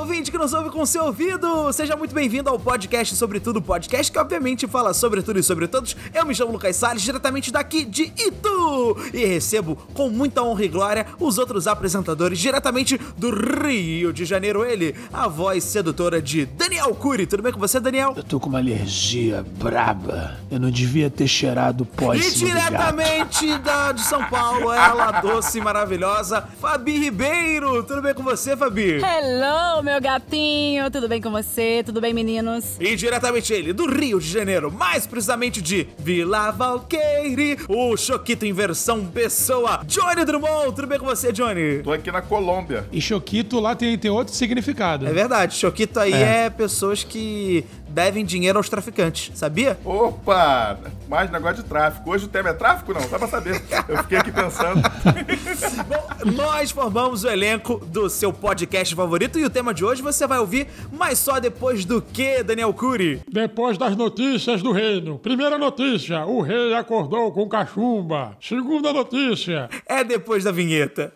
ouvinte que nos ouve com o seu ouvido! Seja muito bem-vindo ao podcast Sobre Tudo, podcast que obviamente fala sobre tudo e sobre todos. Eu me chamo Lucas Salles, diretamente daqui de Itu! E recebo com muita honra e glória os outros apresentadores diretamente do Rio de Janeiro, ele, a voz sedutora de Daniel Cury. Tudo bem com você, Daniel? Eu tô com uma alergia braba. Eu não devia ter cheirado pó em E cima do gato. diretamente da, de São Paulo, ela doce e maravilhosa, Fabi Ribeiro. Tudo bem com você, Fabi? Hello, meu gatinho! Tudo bem com você? Tudo bem, meninos? E diretamente ele, do Rio de Janeiro, mais precisamente de Vila Valqueire, o Choquito em versão pessoa, Johnny Drummond. Tudo bem com você, Johnny? Tô aqui na Colômbia. E Choquito lá tem, tem outro significado. É verdade, Choquito aí é. pessoas que devem dinheiro aos traficantes, sabia? Opa! Mais negócio de tráfico. Hoje o tema é tráfico? Não, dá pra saber. Eu fiquei aqui pensando. Bom, nós formamos o elenco do seu podcast favorito e o tema de hoje você vai ouvir, mas só depois do que, Daniel Cury? Depois das notícias do reino. Primeira notícia: o rei acordou com cachumba. Segunda notícia: É depois da vinheta.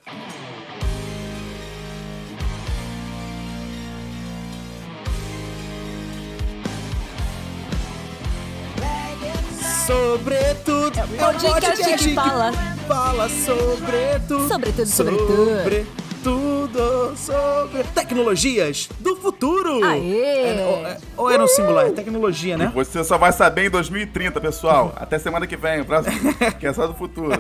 Sobretudo é o um podcast que fala. fala sobre tudo. Sobretudo, sobre sobretudo. tudo, sobre tecnologias do futuro. Aê! É, ou, é- ou era um singular, é tecnologia, né? Você só vai saber em 2030, pessoal. Até semana que vem, o próximo. Que é só do futuro.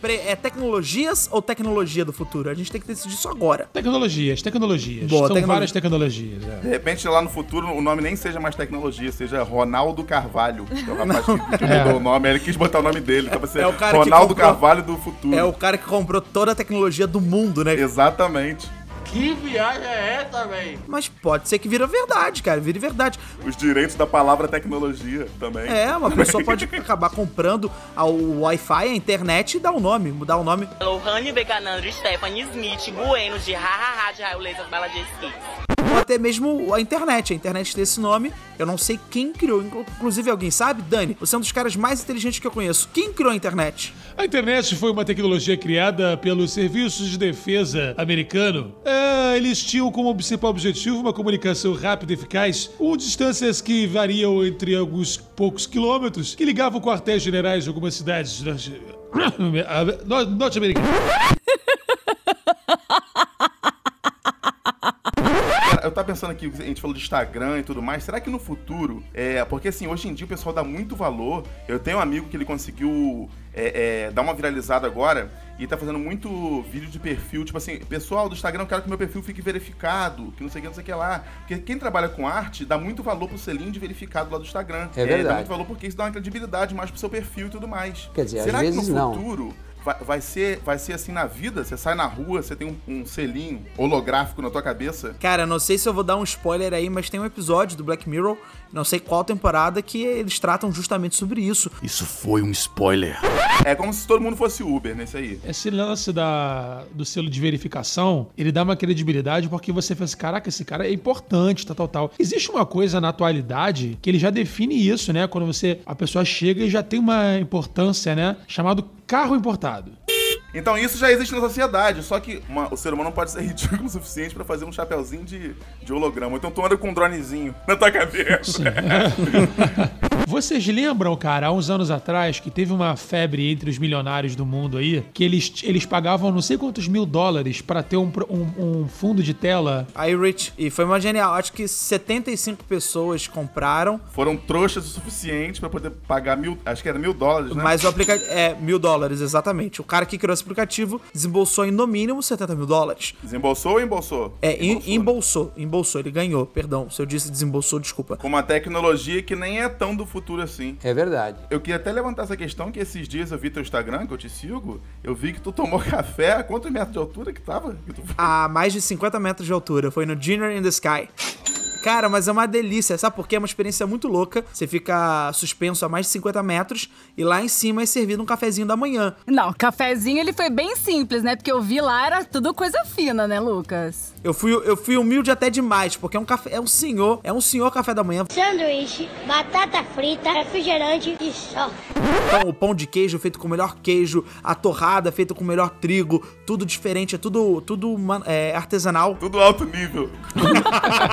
Peraí, é tecnologias ou tecnologia do futuro? A gente tem que decidir isso agora. tecnologias, tecnologias. Boa, São tecno- várias tecnologias. é. De repente, lá no futuro, o nome nem seja mais tecnologia, seja Ronaldo Carvalho. Que é o rapaz que, que mudou o nome. Ele quis botar o nome dele. Então vai ser É o cara que Ronaldo comprou- Carvalho do futuro. É o cara que comprou toda a tecnologia do mundo, né? Exatamente. Mas pode ser que vira verdade, cara. Vire verdade. Os direitos da palavra tecnologia também. É, uma pessoa pode acabar comprando a- o Wi-Fi, a internet e dar o nome, mudar o nome. Lohane Becanandro, Stephanie Smith, Bueno de Hahaha de Raio Laser Bala de Esqui. Ou até mesmo a internet. A internet tem esse nome. Eu não sei quem criou. Inclu- Inclusive, alguém sabe? Dani, você é um dos caras mais inteligentes que eu conheço. Quem criou a internet? A internet foi uma tecnologia criada pelos serviços de defesa americano. É, eles tinham como principal objetivo uma comunicação rápida e eficaz, com distâncias que variam entre alguns poucos quilômetros, que ligavam quartéis generais de algumas cidades norte- no- norte-americanas. Cara, eu tava pensando aqui, a gente falou de Instagram e tudo mais. Será que no futuro, é, porque assim, hoje em dia o pessoal dá muito valor. Eu tenho um amigo que ele conseguiu é, é, dar uma viralizada agora e tá fazendo muito vídeo de perfil, tipo assim, pessoal do Instagram, eu quero que meu perfil fique verificado, que não sei o que, não sei o que lá. Porque quem trabalha com arte dá muito valor pro selinho de verificado lá do Instagram. É Dá verdade. muito valor porque isso dá uma credibilidade mais pro seu perfil e tudo mais. Quer dizer, às Será vezes que no não. futuro vai, vai ser, vai ser assim na vida? Você sai na rua, você tem um- um selinho holográfico na tua cabeça Cara, não sei se eu vou dar um spoiler aí, mas tem um episódio do Black Mirror, não sei qual temporada, que eles tratam justamente sobre isso. Isso foi um spoiler. É como se todo mundo fosse Uber nesse aí. Esse lance da, do selo de verificação, ele dá uma credibilidade porque você pensa, caraca, esse cara é importante, tal, tal, tal. Existe uma coisa na atualidade que ele já define isso, né? Quando você, a pessoa chega e já tem uma importância, né? Chamado carro importado. Então isso já existe na sociedade, só que uma- o ser humano não pode ser ridículo o suficiente pra fazer um chapéuzinho de, de holograma. Então tu anda com um dronezinho na tua cabeça. Sim. Vocês lembram, cara, há uns anos atrás, que teve uma febre entre os milionários do mundo aí, que eles, eles pagavam não sei quantos mil dólares pra ter um, pro- um- um fundo de tela Aí, Rich, e foi uma genial. Acho que 75 pessoas compraram, Foram trouxas o suficiente pra poder pagar mil, acho que era mil dólares, né? mas o aplicativo. É, mil dólares, exatamente. O cara que criou esse aplicativo desembolsou em no mínimo 70 mil dólares. Desembolsou ou embolsou? É, em- né? embolsou, embolsou, ele ganhou, perdão. Se eu disse desembolsou, desculpa. Com uma tecnologia que nem é tão do futuro assim. É verdade. Eu queria até levantar essa questão que esses dias eu vi teu Instagram, que eu te sigo, eu vi que tu tomou café a quantos metros de altura que tava? Que tu- A mais de 50 metros de altura, foi no Dinner in the Sky. Cara, mas é uma delícia, sabe por quê? É uma experiência muito louca. Você fica suspenso a mais de 50 metros e lá em cima é servido um cafezinho da manhã. Não, cafezinho ele foi bem simples, né? Porque eu vi lá, era tudo coisa fina, né, Lucas? Eu fui, eu fui humilde até demais, porque é um café, é um senhor, é um senhor café da manhã. Sanduíche, batata frita, refrigerante e só. Então, o pão de queijo feito com o melhor queijo, a torrada feita com o melhor trigo, tudo diferente, é tudo, tudo ma- é, artesanal. Tudo alto nível.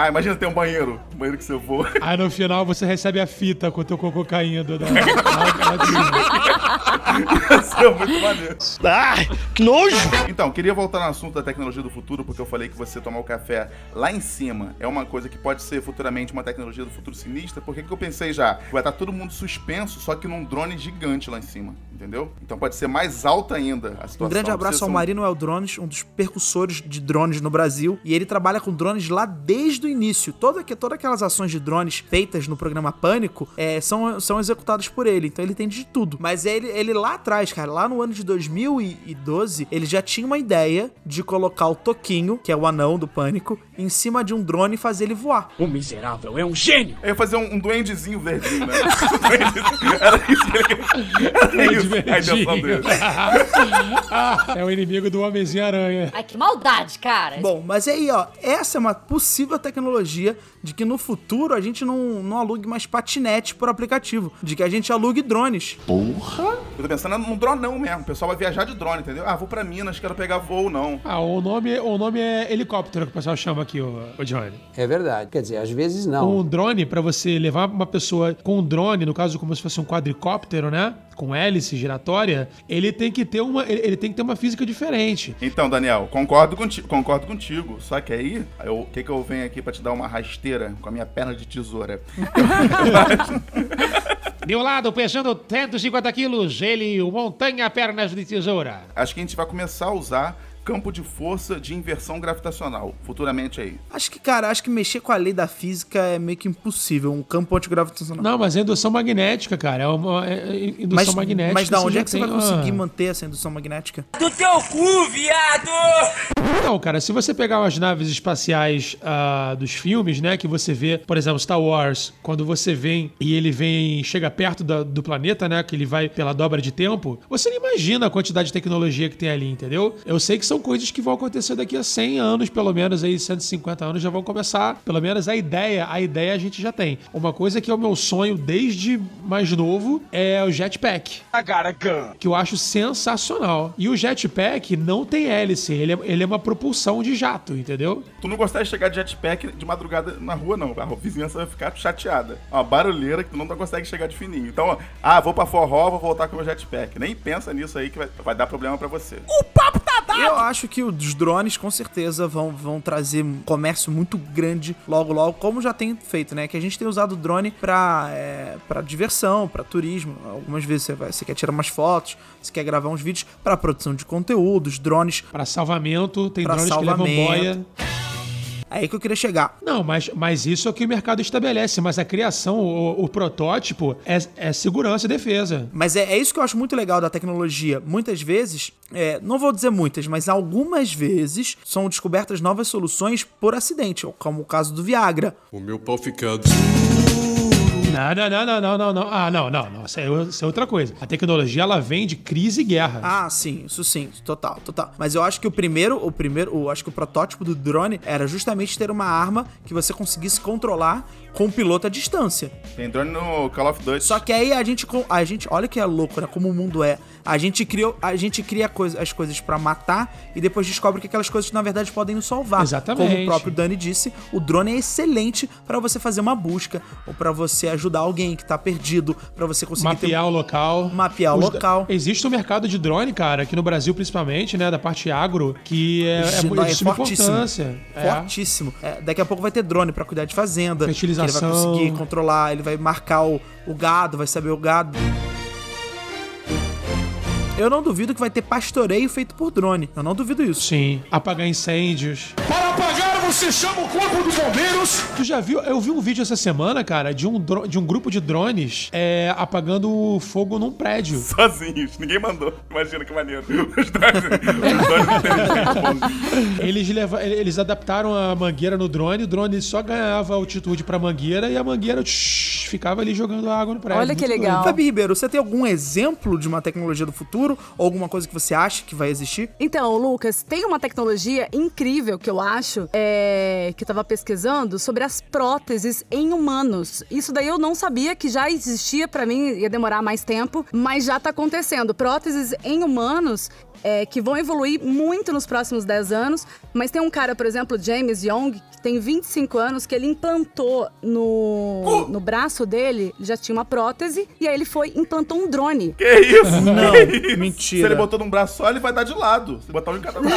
ah, imagina ter um banheiro. Um banheiro que você voa. Aí no final você recebe a fita com o teu cocô caindo. né? Da... da- da- Isso é muito maneiro. Ai, que nojo! Então, queria voltar no assunto da tecnologia do futuro, porque eu falei que você tomar o café lá em cima é uma coisa que pode ser futuramente uma tecnologia do futuro sinistra, porque o que eu pensei já? Vai estar todo mundo suspenso, só que num drone gigante lá em cima, entendeu? Então pode ser mais alta ainda a situação. Um grande abraço ao Marino El Drones, um dos percussores de drones no Brasil. E ele trabalha com drones lá desde o início. Toda, que- todas aquelas ações de drones feitas no programa Pânico é, são, são executadas por ele. Então ele tem de tudo. Mas ele, ele lá atrás, cara, lá no ano de 2012, ele já tinha uma ideia de colocar o Toquinho, que é o anão do Pânico, em cima de um drone e fazer ele voar. O miserável é um gênio! Eu ia fazer um, um duendezinho verdinho, né? Um duendezinho. Era isso que ele... Era isso a intenção dele. É o inimigo do Homenzinho-Aranha. Ai, que maldade, cara. Bom, mas aí, ó, essa é uma possível tecnologia de que no futuro a gente não, não alugue mais patinete por aplicativo, de que a gente alugue drones. Eu tô pensando num dronão mesmo. O pessoal vai viajar de drone, entendeu? Ah, vou pra Minas, quero pegar voo, não. Ah, o nome, o nome é helicóptero que o pessoal chama aqui, ô, ô Johnny. É verdade. Quer dizer, às vezes Com não. um drone, pra você levar uma pessoa com um drone, no caso como se fosse um quadricóptero, né? Com hélice giratória, ele tem que ter uma, ele ele tem que ter uma física diferente. Então, Daniel, concordo contigo, concordo contigo. Só que aí, eu- o que que eu venho aqui pra te dar uma rasteira com a minha perna de tesoura? De um lado, pesando 150 quilos, ele montanha pernas de tesoura. Acho que a gente vai começar a usar campo de força de inversão gravitacional, futuramente aí. Acho que, cara, acho que mexer com a lei da física é meio que impossível. Um campo antigravitacional. Não, mas é indução magnética, cara. É uma é- é indução mas, magnética. mas da você onde já é que você tem vai uma- conseguir manter essa indução magnética? Não, cara, se você pegar as naves espaciais ah, dos filmes, né, que você vê, por exemplo, Star Wars, quando você vem e ele vem, chega perto da- do planeta, né, que ele vai pela dobra de tempo, você não imagina a quantidade de tecnologia que tem ali, entendeu? Eu sei que são coisas que vão acontecer daqui a 100 anos, pelo menos aí 150 anos já vão começar, pelo menos a ideia, a ideia a gente já tem. Uma coisa que é o meu sonho desde mais novo é o jetpack que eu acho sensacional. E o jetpack não tem hélice, ele é, ele é uma propulsão de jato, entendeu? Tu não gostaria de chegar de jetpack de madrugada na rua, não. A vizinhança vai ficar chateada. Uma barulheira que tu não consegue chegar de fininho. Então, ó, ah, vou pra forró, vou voltar com o meu jetpack. Nem pensa nisso aí que vai, vai dar problema pra você. Eu acho que os drones, com certeza, vão, vão trazer um comércio muito grande logo, logo, como já tem feito, né? Que a gente tem usado o drone pra, é, pra diversão, pra turismo. Algumas vezes você, vai- você quer tirar umas fotos, você quer gravar uns vídeos, pra produção de conteúdos, drones. Pra salvamento, tem Pra drones que levam salvamento. boia. É Aí que eu queria chegar. Não, mas, mas isso é o que o mercado estabelece. Mas a criação, o, o protótipo, é, é segurança e defesa. Mas é, é isso que eu acho muito legal da tecnologia. Muitas vezes, é, não vou dizer muitas, mas algumas vezes são descobertas novas soluções por acidente, como o caso do Viagra. O meu pau fica Não, não, não, não, não, não, não. Ah, não, não, não. Isso é, isso é outra coisa. A tecnologia, ela vem de crise e guerra. Ah, sim, isso sim, total, total. Mas eu acho que o primeiro, o primeiro, o, acho que o protótipo do drone era justamente ter uma arma que você conseguisse controlar com o piloto à distância. Tem drone no Call of Duty. Só que aí a gente com- a gente, olha que é louco, né? Como o mundo é. A gente criou, a gente cria coisa- as coisas pra matar e depois descobre que aquelas coisas na verdade podem nos salvar. Exatamente. Como o próprio Dani disse, o drone é excelente pra você fazer uma busca ou pra você ajudar alguém que tá perdido, pra você conseguir ter- um Mapear o local. Mapear o Os- local. Existe um mercado de drone, cara, aqui no Brasil principalmente, né? Da parte agro, que é, é, Não, mu- de suma fortíssimo. importância. É. Fortíssimo. É, daqui a pouco vai ter drone pra cuidar de fazenda. que Fertilização. Ele vai conseguir controlar, ele vai marcar o, o gado, vai saber o gado. Eu não duvido que vai ter pastoreio feito por drone. Eu não duvido isso. Sim, apagar incêndios. Para apagar, você chama o corpo de bombeiros? Tu já viu? Eu vi um vídeo essa semana, cara, de um, dro- de um grupo de drones é, apagando fogo num prédio. Sozinhos, ninguém mandou. Imagina que maneiro. Os dois, os dois inteligentes, pô. Eles, leva, eles adaptaram a mangueira no drone, o drone só ganhava altitude pra mangueira e a mangueira tsh, ficava ali jogando água no prédio. Olha que Muito doido. legal. Fabi Ribeiro, você tem algum exemplo de uma tecnologia do futuro? Ou alguma coisa que você acha que vai existir? Então, Lucas, tem uma tecnologia incrível que eu acho, é, que eu tava pesquisando, sobre as próteses em humanos. Isso daí eu não sabia que já existia, pra mim ia demorar mais tempo, mas já tá acontecendo. Próteses em humanos. é, que vão evoluir muito nos próximos 10 anos, mas tem um cara, por exemplo, James Young, que tem 25 anos, que ele implantou no, no braço dele, já tinha uma prótese, e aí ele foi e implantou um drone. Que isso? Não, que isso? mentira. Se ele botou num braço só, ele vai dar de lado. Se botar um em cada braço.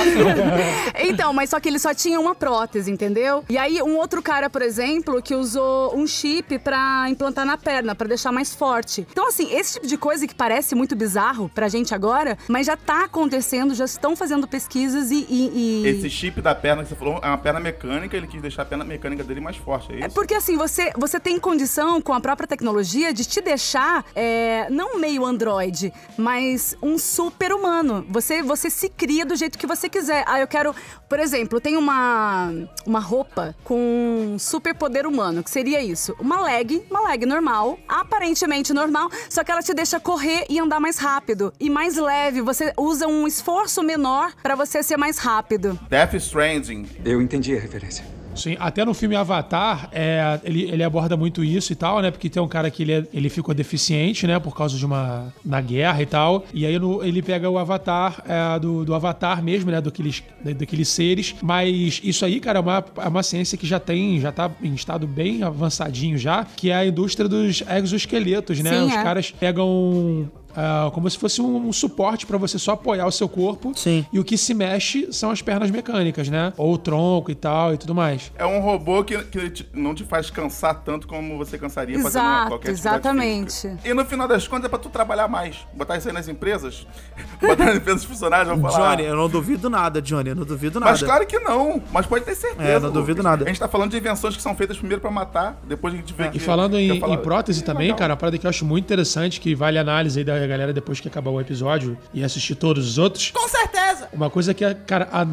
Então, mas só que ele só tinha uma prótese, entendeu? E aí, um outro cara, por exemplo, que usou um chip pra implantar na perna, pra deixar mais forte. Então, assim, esse tipo de coisa que parece muito bizarro pra gente agora, mas já tá acontecendo, já estão fazendo pesquisas e. e- e- Esse chip da perna que você falou é uma perna mecânica, ele quis deixar a perna mecânica dele mais forte, é isso? É porque assim, você, você tem condição com a própria tecnologia de te deixar é, não meio androide, mas um super humano. Você, você se cria do jeito que você quiser. Ah, eu quero. Por exemplo, tem uma, uma roupa com super poder humano, que seria isso: uma leg, uma leg normal, aparentemente normal, só que ela te deixa correr e andar mais rápido e mais leve. Você usa um esforço menor pra você ser mais rápido. Death Stranding. Eu entendi a referência. Sim, até no filme Avatar, é, ele, ele aborda muito isso e tal, né? Porque tem um cara que ele, é- ele ficou deficiente, né? Por causa de uma. na guerra e tal. E aí no- ele pega o Avatar é, do, do Avatar mesmo, né? Daqueles, da- daqueles seres. Mas isso aí, cara, é uma, é uma ciência que já tem, já tá em estado bem avançadinho já, que é a indústria dos exoesqueletos, né? Sim, Os é. caras pegam. ah, como se fosse um, um suporte pra você só apoiar o seu corpo. Sim. E o que se mexe são as pernas mecânicas, né? Ou o tronco e tal e tudo mais. É um robô que, que ele te- não te faz cansar tanto como você cansaria fazendo uma, Exato, qualquer atividade exatamente. física. E no final das contas é pra tu trabalhar mais. Botar isso aí nas empresas. Botar nas empresas dos funcionários, vão falar. Johnny, eu não duvido nada, Johnny, eu não duvido nada. Mas claro que não, mas pode ter certeza. É, não duvido Lucas. nada. A gente tá falando de invenções que são feitas primeiro pra matar, depois a gente vê que. É, E falando que em, eu falo- em prótese É também, legal. cara, uma parada que eu acho muito interessante, que vale a análise aí da galera depois que acabar o episódio e assistir todos os outros. Com certeza! Uma coisa que é, cara, a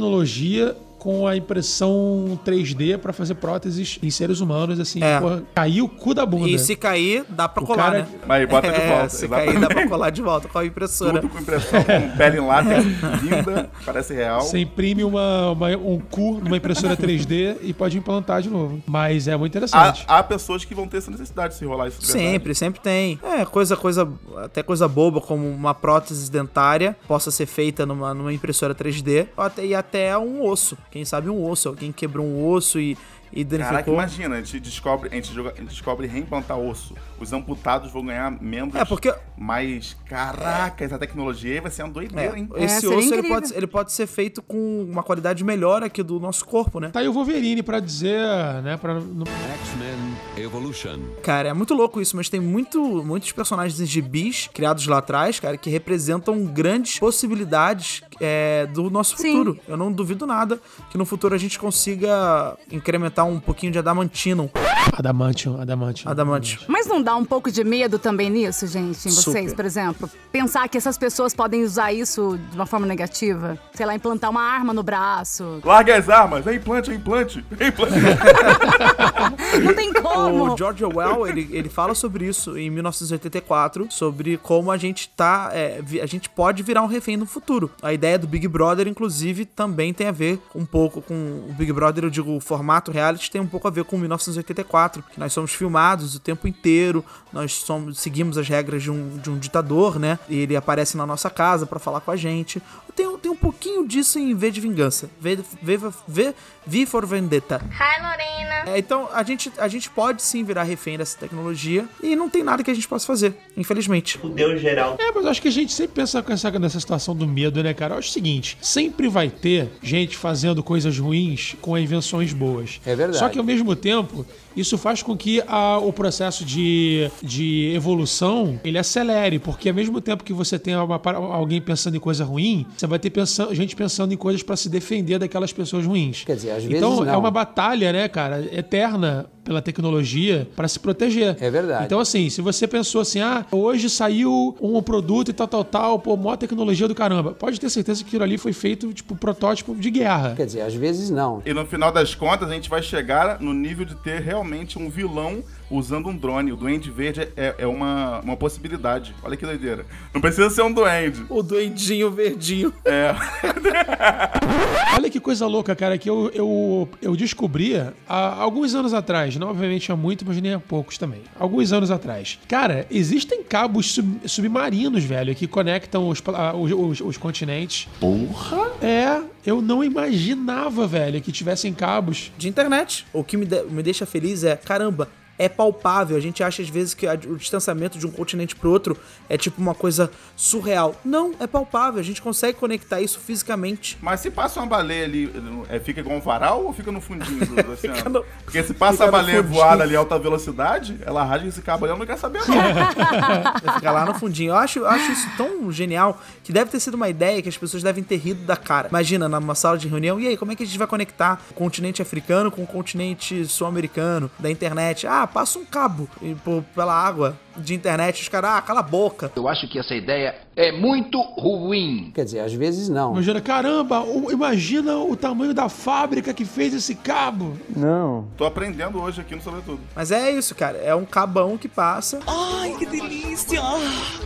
nanotecnologia com a impressão 3D pra fazer próteses em seres humanos, assim, É. porra, caiu o cu da bunda. E se cair, dá pra O colar, cara- né? Mas é, bota de volta, Se cair, dá pra exatamente. colar de volta com a impressora. Tudo com impressão, com pele em látex, linda, parece real. Você imprime uma, uma- um cu numa impressora 3D e pode implantar de novo. Mas é muito interessante. Há, há pessoas que vão ter essa necessidade de se rolar isso. de É verdade. Sempre, sempre tem. É, coisa, coisa, até coisa boba, como uma prótese dentária possa ser feita numa, numa impressora 3D, ou até, e até um osso. Quem sabe um osso, alguém quebrou um osso e, e Caraca, danificou. imagina, a gente descobre, a gente, joga- a gente descobre reimplantar osso. Os amputados vão ganhar membros. É, porque- Mas, caraca, essa tecnologia aí vai ser uma É, doideira, hein? esse seria osso ele incrível. pode, ele pode ser feito com uma qualidade melhor aqui do nosso corpo, né? Tá aí o Wolverine pra dizer, né, pra não- X-Men Evolution. Cara, é muito louco isso, mas tem muito, muitos personagens em gibis criados lá atrás, cara, que representam grandes possibilidades é, do nosso Sim. futuro. Eu não duvido nada que no futuro a gente consiga incrementar um pouquinho de adamantinum. Adamantium, Adamantium. Adamante. Mas não dá um pouco de medo também nisso, gente, em vocês, Super. por exemplo? Pensar que essas pessoas podem usar isso de uma forma negativa? Sei lá, implantar uma arma no braço. Larga as armas, é implante, é implante, é implante. Não tem como! O George Orwell, ele, ele fala sobre isso em 1984, sobre como a gente tá. é, vi- a gente pode virar um refém no futuro. A ideia do Big Brother, inclusive, também tem a ver um pouco com o Big Brother, eu digo, o formato reality tem um pouco a ver com 1984, que nós somos filmados o tempo inteiro, nós somos, seguimos as regras de um, de um ditador, né? E ele aparece na nossa casa pra falar com a gente. Tem, um- tem um pouquinho disso em V de Vingança. V, v, v, v, v for Vendetta. Hi, Lorena. É, então a gente, a gente pode sim virar refém dessa tecnologia e não tem nada que a gente possa fazer, infelizmente. Fudeu geral. É, mas eu acho que a gente sempre pensa com essa- nessa situação do medo, né, cara? Eu acho o seguinte: sempre vai ter gente fazendo coisas ruins com invenções boas. É verdade. Só que ao mesmo tempo, isso faz com que a- o processo de, de evolução ele acelere, porque ao mesmo tempo que você tem uma para- alguém pensando em coisa ruim, você vai ter pensa- gente pensando em coisas pra se defender daquelas pessoas ruins. Quer dizer, às então, vezes é não. uma batalha, né, cara, eterna pela tecnologia pra se proteger. É verdade. Então, assim, se você pensou assim, ah, hoje saiu um produto e tal, tal, tal, pô, mó tecnologia do caramba, pode ter certeza que aquilo ali foi feito, tipo, protótipo de guerra. Quer dizer, às vezes não. E no final das contas, a gente vai chegar no nível de ter realmente um vilão usando um drone. O Duende Verde é, é uma, uma possibilidade. Olha que doideira. Não precisa ser um duende. O duendinho verdinho. É. Olha que coisa louca, cara, que eu, eu, eu descobri há alguns anos atrás. Não, obviamente, há muito, mas nem há poucos também. Alguns anos atrás. Cara, existem cabos sub- submarinos, velho, que conectam os, pla- ah, os, os- os continentes. Porra! É, eu não imaginava, velho, que tivessem cabos. De internet. O que me, de- me deixa feliz é, caramba, é palpável. A gente acha às vezes que a- o distanciamento de um continente pro outro é tipo uma coisa surreal. Não, é palpável. A gente consegue conectar isso fisicamente. Mas se passa uma baleia ali, é, fica igual um varal ou fica no fundinho do, do oceano? no- Porque se passa fica a no baleia fundinho. voada ali a alta velocidade, ela rasga esse cabo ali, ela não quer saber não. Fica lá no fundinho. Eu acho, eu acho isso tão genial que deve ter sido uma ideia que as pessoas devem ter rido da cara. Imagina, numa sala de reunião, e aí, como é que a gente vai conectar o continente africano com o continente sul-americano da internet? Ah, passa um cabo e pô- pela água de internet. Os caras, ah, cala a boca. Eu acho que essa ideia é muito ruim. Quer dizer, às vezes não. Imagina, caramba, o- imagina o tamanho da fábrica que fez esse cabo. Não. Tô aprendendo hoje aqui no Sobretudo. Mas é isso, cara. É um cabão que passa. Ai, que delícia!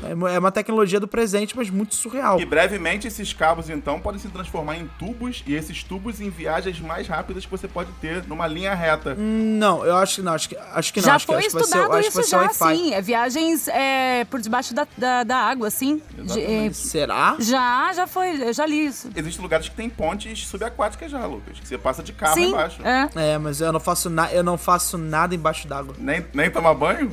É mo- é uma tecnologia do presente, mas muito surreal. E brevemente esses cabos então podem se transformar em tubos e esses tubos em viagens mais rápidas que você pode ter numa linha reta. Hum, Não, eu acho que não. Acho que, acho que não. já acho que, foi acho que vai ser- estudado acho que isso vai ser um já, Wi-Fi. sim. É viagens é, por debaixo da, da, da água, assim. De- é, Será? já, já foi, eu já li isso. Existem lugares que tem pontes subaquáticas já, Lucas, que você passa de carro Sim, embaixo. É. mas eu não faço, na- eu não faço nada embaixo d'água. Nem, nem tomar banho?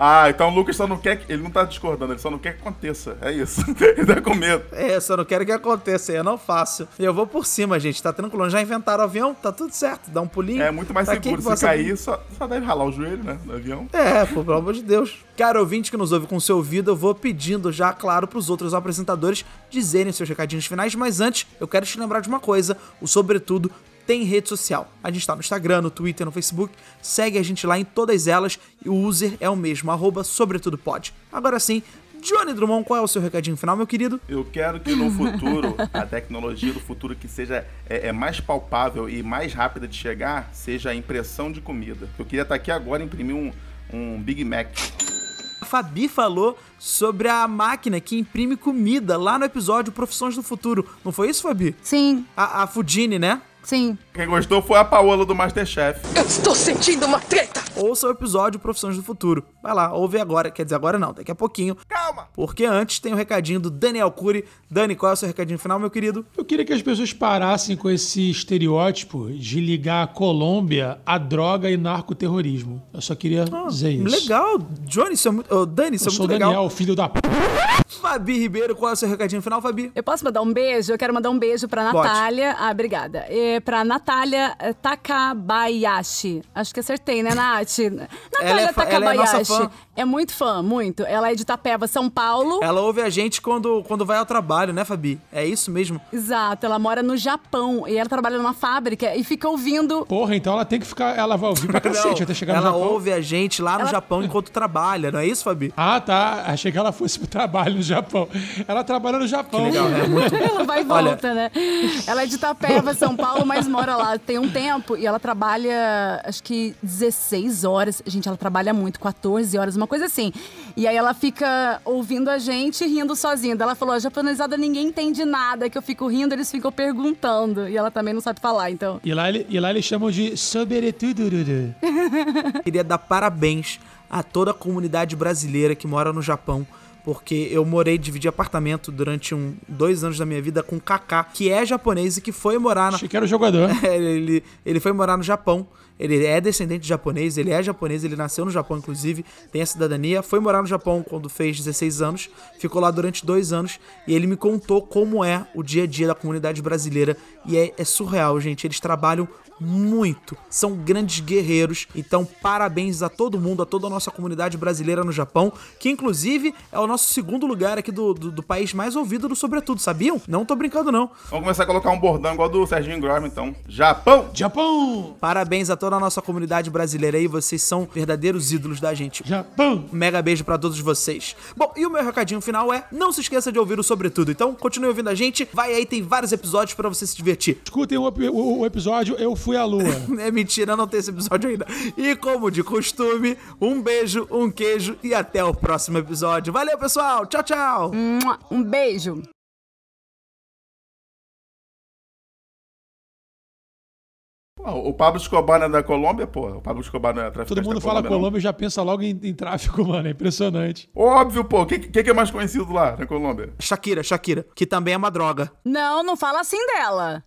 Ah, então o Lucas só não quer que. Ele não tá discordando, ele só não quer que aconteça. É isso. ele tá com medo. É, eu só não quero que aconteça, eu não faço. Eu vou por cima, gente, tá tranquilo. Já inventaram o avião, tá tudo certo, dá um pulinho. É muito mais Pra seguro. que Se você- cair, só, só deve ralar o joelho, né? Do avião. É, pô, pelo amor de Deus. Cara, ouvinte que nos ouve com seu ouvido, eu vou pedindo já, claro, pros outros apresentadores dizerem seus recadinhos finais, mas antes, eu quero te lembrar de uma coisa, o Sobretudo tem rede social. A gente tá no Instagram, no Twitter, no Facebook, segue a gente lá em todas elas e o user é o mesmo, arroba sobretudopod. Agora sim, Johnny Drummond, qual é o seu recadinho final, meu querido? Eu quero que no futuro, a tecnologia do futuro que seja é, é mais palpável e mais rápida de chegar, seja a impressão de comida. Eu queria estar aqui agora e imprimir um, um Big Mac. A Fabi falou sobre a máquina que imprime comida lá no episódio Profissões do Futuro. Não foi isso, Fabi? Sim. A, a Fudine, né? Sim. Quem gostou foi a Paola do Masterchef. Eu estou sentindo uma treta! Ouça o episódio Profissões do Futuro. Vai lá, ouve agora. Quer dizer, agora não, daqui a pouquinho. Calma! Porque antes tem o recadinho do Daniel Cury. Dani, qual é o seu recadinho final, meu querido? Eu queria que as pessoas parassem com esse estereótipo de ligar a Colômbia à droga e narcoterrorismo. Eu só queria dizer isso. Ah, Legal, Johnny, isso é muito. ô, Dani, isso Eu é sou o muito legal. Daniel, filho da p. Fabi Ribeiro, qual é o seu recadinho final, Fabi? Eu posso mandar um beijo? Eu quero mandar um beijo pra Pode. Natália. Ah, obrigada. É, pra Natália eh, Takabayashi. Acho que acertei, né, Nath? Ela Natália é fa- ela é nossa Takabayashi. fã. É muito fã, muito. Ela é de Itapeva, São Paulo. Ela ouve a gente quando, quando vai ao trabalho, né, Fabi? É isso mesmo. Exato, ela mora no Japão e ela trabalha numa fábrica e fica ouvindo. Porra, então ela tem que ficar. Ela vai ouvir pra cacete até chegar no ela Japão. ouve a gente lá no Japão enquanto trabalha, não é isso, Fabi? Ah, tá. Achei que ela fosse pro trabalho no Japão. Ela trabalha no Japão. Que legal, né? Muito Ela vai e Olha- volta, né? Ela é de Itapeva, São Paulo, mas mora lá tem um tempo e ela trabalha, acho que 16 horas. Gente, ela trabalha muito, 14 horas, uma coisa assim. E aí ela fica ouvindo a gente e rindo sozinha. Daí Ela falou: a japonesada ninguém entende nada, que eu fico rindo, eles ficam perguntando. E ela também não sabe falar, então. E lá, ele- e lá eles chamam de Soberetudururu. Queria dar parabéns a toda a comunidade brasileira que mora no Japão. Porque eu morei, dividi apartamento durante um, dois anos da minha vida com o Kaká, que é japonês e que foi morar na. Achei que era o jogador. ele, ele foi morar no Japão. Ele é descendente de japonês, ele é japonês, ele nasceu no Japão, inclusive, tem a cidadania. Foi morar no Japão quando fez 16 anos, ficou lá durante dois anos e ele me contou como é o dia a dia da comunidade brasileira. E é, é surreal, gente. Eles trabalham muito, são grandes guerreiros. Então, parabéns a todo mundo, a toda a nossa comunidade brasileira no Japão, que inclusive é o nosso segundo lugar aqui do, do, do país mais ouvido do Sobretudo, sabiam? Não tô brincando, não. Vamos começar a colocar um bordão igual do Serginho Grosma, então. Japão! Japão! Parabéns a toda a nossa comunidade brasileira aí, vocês são verdadeiros ídolos da gente. Japão! Mega beijo pra todos vocês. Bom, e o meu recadinho final é: não se esqueça de ouvir o Sobretudo. Então, continue ouvindo a gente, vai aí, tem vários episódios pra você se divertir. Escutem o, ep- o- o episódio Eu Fui à Lua. É mentira, não tem esse episódio ainda. E como de costume, um beijo, um queijo e até o próximo episódio. Valeu, pessoal! Tchau, tchau! Mua, Um beijo. Pô, o Pablo Escobar não é da Colômbia, pô. O Pablo Escobar não é traficante Todo mundo da fala não. Colômbia e já pensa logo em, em tráfico, mano. É impressionante. Óbvio, pô. O que, que que é mais conhecido lá na Colômbia? Shakira, Shakira, que também é uma droga. Não, não fala assim dela.